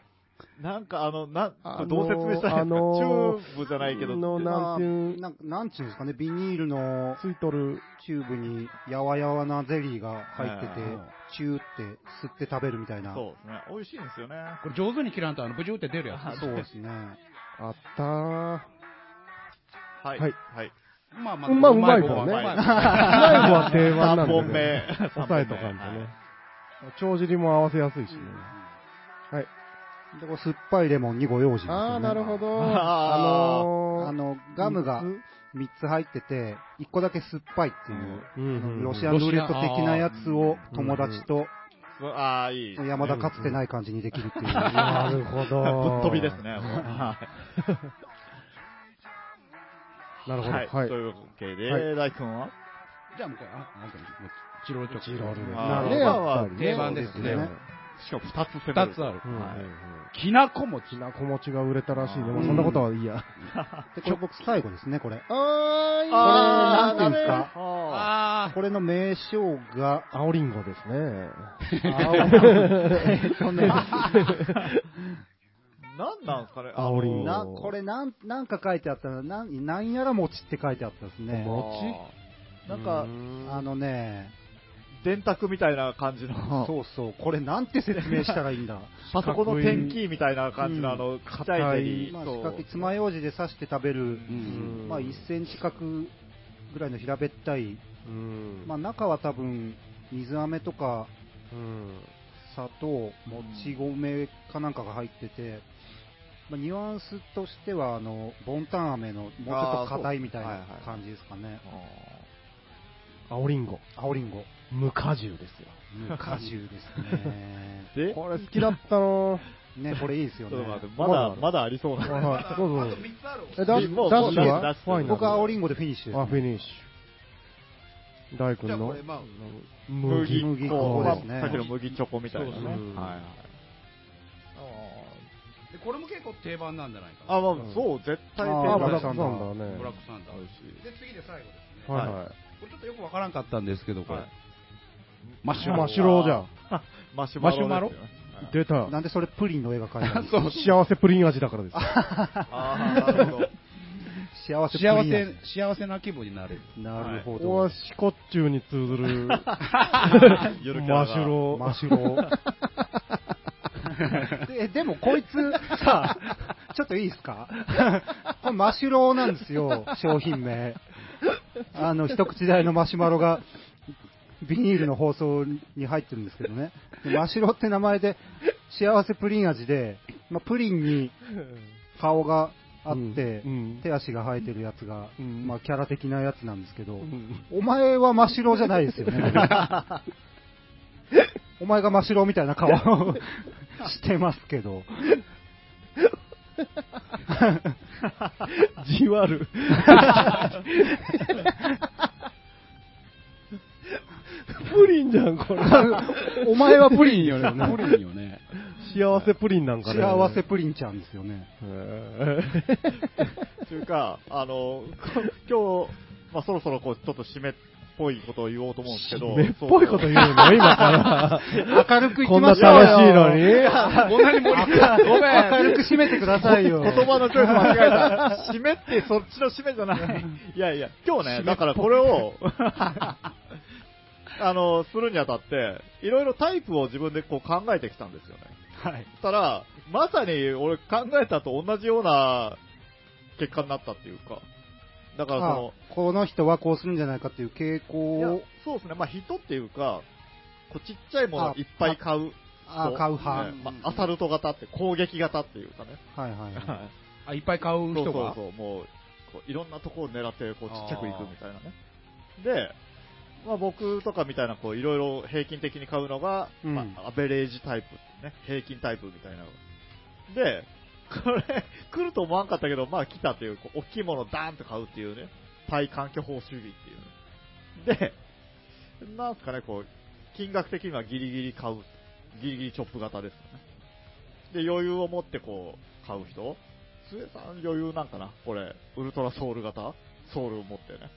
なんかあの、な、これどう説明したらいいあのか、のーチューブじゃないけど、のまなあんていうなんなんちゅうんですかね、ビニールのついとるチューブにやわやわなゼリーが入っててうん、チューって吸って食べるみたいな。そうですね。美味しいんですよね。これ上手に切らんと、あの、ブジューって出るやそうですね。あったーはい。はいはい。つ。まあまうんまあうまい棒棒うねまい 棒うまい棒は定番なんだ3本目ね。三抑えと本かん目とはいね。帳尻も合わせやすいしね。はい。で、これ酸っぱいレモンにご用心ですよね。ああ、なるほ。ど。あーあのー、あの、ガムがうん3つ入ってて、1個だけ酸っぱいっていうう、んうんロシアンルーレット的なやつを友達とそうああ、いい。山田かつてない感じにできるっていう。なるほど。ぶっ飛びですね。もうはいなるほど。はい。はいと。いうわけはで、大君はじゃあもうこれ、あ、なんかもう、チロルチョコ。チロルなるほどやまあっぱり定番ですねそうしかも2つ攻め二る。つあるう。んうんうんきなこ餅。きなこ餅が売れたらしいね。あーまあそんなことはいいや。で、これ僕最後ですね、これ。あー、ああ、これなんていうんですか。ああこれの名称が、青りんごですね。えっとね、ーなんなんですかね。青りんごな、これなん、なんか書いてあったの、なん、なんやら餅って書いてあったですね。ちなんかう、ーんあのね、電卓みたいな感じの、そうそう、これなんて説明したらいいんだ。パソコンのテンキーみたいな感じの、あの、硬いゼリー。まあ、そう。四角い、爪楊枝で刺して食べる、んまあ、1センチ角ぐらいの平べったい、うんまあ、中は多分、水飴とか、うん砂糖、もち米かなんかが入ってて、まあ、ニュアンスとしては、あの、ボンタン飴の、もうちょっと硬いみたいな感じですかね。青りんご。青りんご。無果汁ですよ。無果汁ですねで、ちょこれ好きだったのね、これいいですよっねと。待って、まだ、まだありそうはいな。はいどうぞどうぞ。え、ダッシもュうダッシュもうダはッシュファイナル僕は青りんごでフィニッシュあ、ですフィニッシュ。大ー。じ君ゃあこのれ、まあ、麦麦粉。麦粉粉まあですねさっきの麦チョコみたいなねそうですね。はいはい。でこれも結構定番なんじゃないかな。あ、まあ、そう、絶対ああ、ーブブララックサックサンンダダーーねブラックサンダー。で、次で最後ですね。はいはこれちょっとよくわからんかったんですけど、これ。はいマい。マシュローじゃん。マシュマロですよね。マシュマロ出た。なんでそれプリンの絵が描いてあるそう幸せプリン味だからです。ああ、なるほど。幸せプリン幸味せ、幸せな気分になれる。なるほこど。こはシコッチューに通ずるゆるキャラがマシュロー。マシュロででもこいつさ、ちょっといいですか これマシュローなんですよ、商品名。あの、一口大のマシュマロが、ビニールの包装に入ってるんですけどね。でマシュローって名前で、幸せプリン味で、まあ、プリンに顔があって、うん手足が生えてるやつが、うんまあ、キャラ的なやつなんですけど、うんお前は真っ白じゃないですよね。お前が真っ白みたいな顔をしてますけど。じわる。プリンじゃん、これ。お前はプリンよね。プリンよね。幸せプリンなんかね。幸せプリンちゃんですよね。へというか、あの、 こ今日、まあ、そろそろこう、ちょっと締めっぽいことを言おうと思うんですけど。ーめっぽいこと言うの今から。明るくいこきんなましょう楽しいのよ。に。こんなに盛り上がる。 ごめん。明るく締めてくださいよ。言葉のチョイス間違え た。締めってそっちの締めじゃない。いやいや、今日ね、だからこれ を、あの、するにあたって、いろいろタイプを自分でこう考えてきたんですよね。はい。そしたら、まさに俺考えたと同じような結果になったっていうか。だからその、あこの人はこうするんじゃないかっていう傾いや向を、そうですね、まあ人っていうか、こうちっちゃいものをいっぱい買う人。あ買う派ねまあアサルト型って攻撃型っていうかね。はいはいはい。あ、いっぱい買うそうそ人うが。そう、もう、こういろんなところを狙って、こう、ちっちゃくいくみたいなね。で、まあ僕とかみたいな、こう、いろいろ平均的に買うのが、うんまあ、アベレージタイプ、ね、平均タイプみたいなの。で、 これ、来ると思わんかったけど、まあ来たっていう、こう大きいものをダーンと買うっていうね、対環境法主義っていう、ね。で、なんすかね、こう、金額的にはギリギリ買う、ギリギリチョップ型ですよね。で、余裕を持ってこう、買う人末さん余裕なんかなこれ、ウルトラソウル型ソウルを持ってね。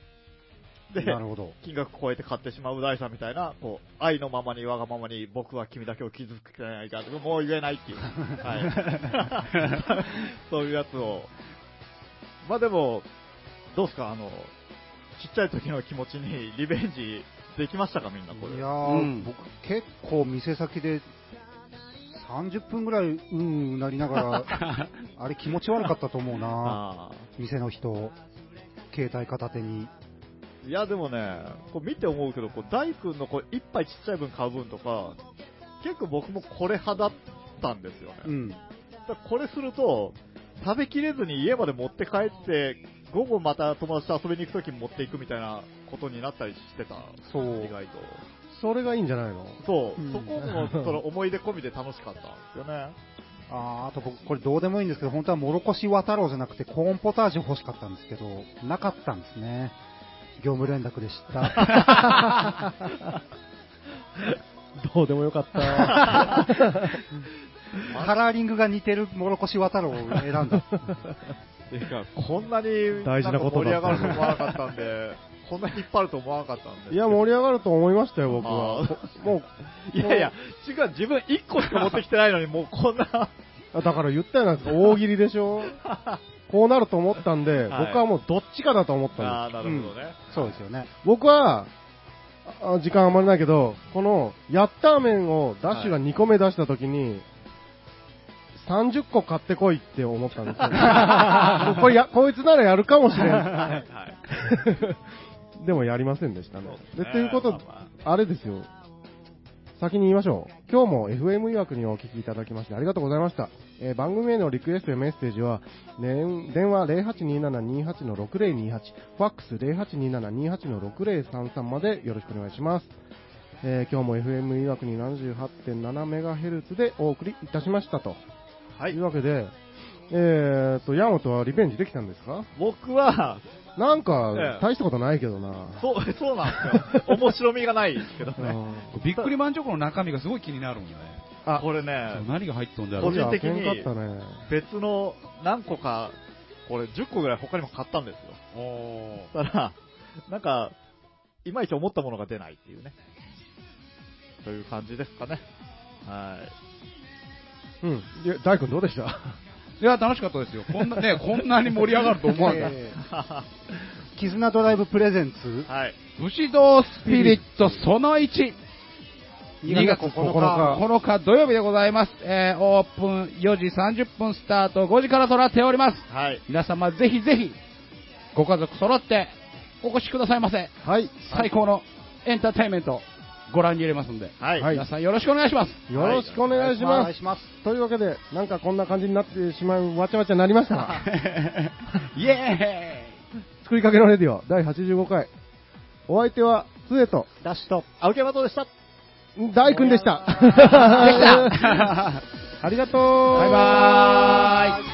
で、なるほど。金額超えて買ってしまう大さんみたいな、こう、愛のままにわがままに僕は君だけを傷つけないから、もう言えないっていう。はい。 そういうやつを。まあでも、どうすかあの、ちっちゃい時の気持ちにリベンジできましたかみんなこれ。いやー、うん僕結構店先で30分ぐらいうんうなりながらあれ気持ち悪かったと思うなああ店の人携帯片手にいやでもね、こう見て思うけど、こう大君のこう一杯ちっちゃい分買う分とか、結構僕もこれ派だったんですよね。うんだからこれすると、食べきれずに家まで持って帰って、午後また友達と遊びに行くときに持っていくみたいなことになったりしてた。そう意外と。それがいいんじゃないのそう、うんそこもその思い出込みで楽しかったんですよね。あーあと僕、これどうでもいいんですけど、本当はもろこし渡ろうじゃなくてコーンポタージュ欲しかったんですけど、なかったんですね。業務連絡でした。 どうでもよかった。 カラーリングが似てるもろこし渡ろうを選んだ。ていうか、こんなに大事なことんか盛りだった上がると思わなかったんで、こんなに引っ張ると思わなかったんで。いや、盛り上がると思いましたよ、僕あはー。もう、いやいや、違う、自分1個しか持ってきてないのに、もうこ んな、あだから言ったよなんですか、大喜利でしょこうなると思ったんで、はい僕はもうどっちかだと思ったんです。あーなるほどね。そうですよね。僕は、あ時間余りないけど、この、やったー麺をダッシュが2個目出したときに、30個買ってこいって思ったん ですよ。これや、こいつならやるかもしれん。 はいはい。でもやりませんでしたね。そうで、ですねということ、まああれですよ。先に言いましょう。今日も FM いわくにお聞きいただきましてありがとうございました。えー番組へのリクエストやメッセージは、ね、電話082728-6028、ファックス082728-6033までよろしくお願いします。えー今日も FM いわくに 78.7MHz でお送りいたしましたと。。はいいうわけで、えーと、ヤマトはリベンジできたんですか僕は、なんえかえ、大したことないけどな。そう、 そうなんですよ。面白みがないですけどうね。んびっくりマンチョコの中身がすごい気になるんよね。あ、これそうね、何が入っとんだろ個う。人的にいや喧嘩あったね。別の何個か、これ10個ぐらい他にも買ったんですよ。おたーだ、なんか、いまいち思ったものが出ないっていうね。という感じですかね。はい。うん。いや、大君どうでしたいや、楽しかったですよ。こんな、ね、こんなに盛り上がると思わ なかっ た。えー絆ドライブプレゼンツ、はい。武士道スピリットその1。2 2月月9 9日日土曜日でございます。えーオープン4時30分スタート、5時からとなっております。はい。皆様ぜひぜひ、ご家族揃ってお越しくださいませ。はい。最高のエンターテインメント、ご覧に入れますんで、はい。はい皆さんよろしくお願いします。よろしくお願いします。お願いします。というわけで、なんかこんな感じになってしまう、わちゃわちゃになりま した。イエ作りかけのレディオ第85回。お相手は、つえと、ダッシュと、青木山とでした。大君でした。でした ありがとう。ーイバイバーイ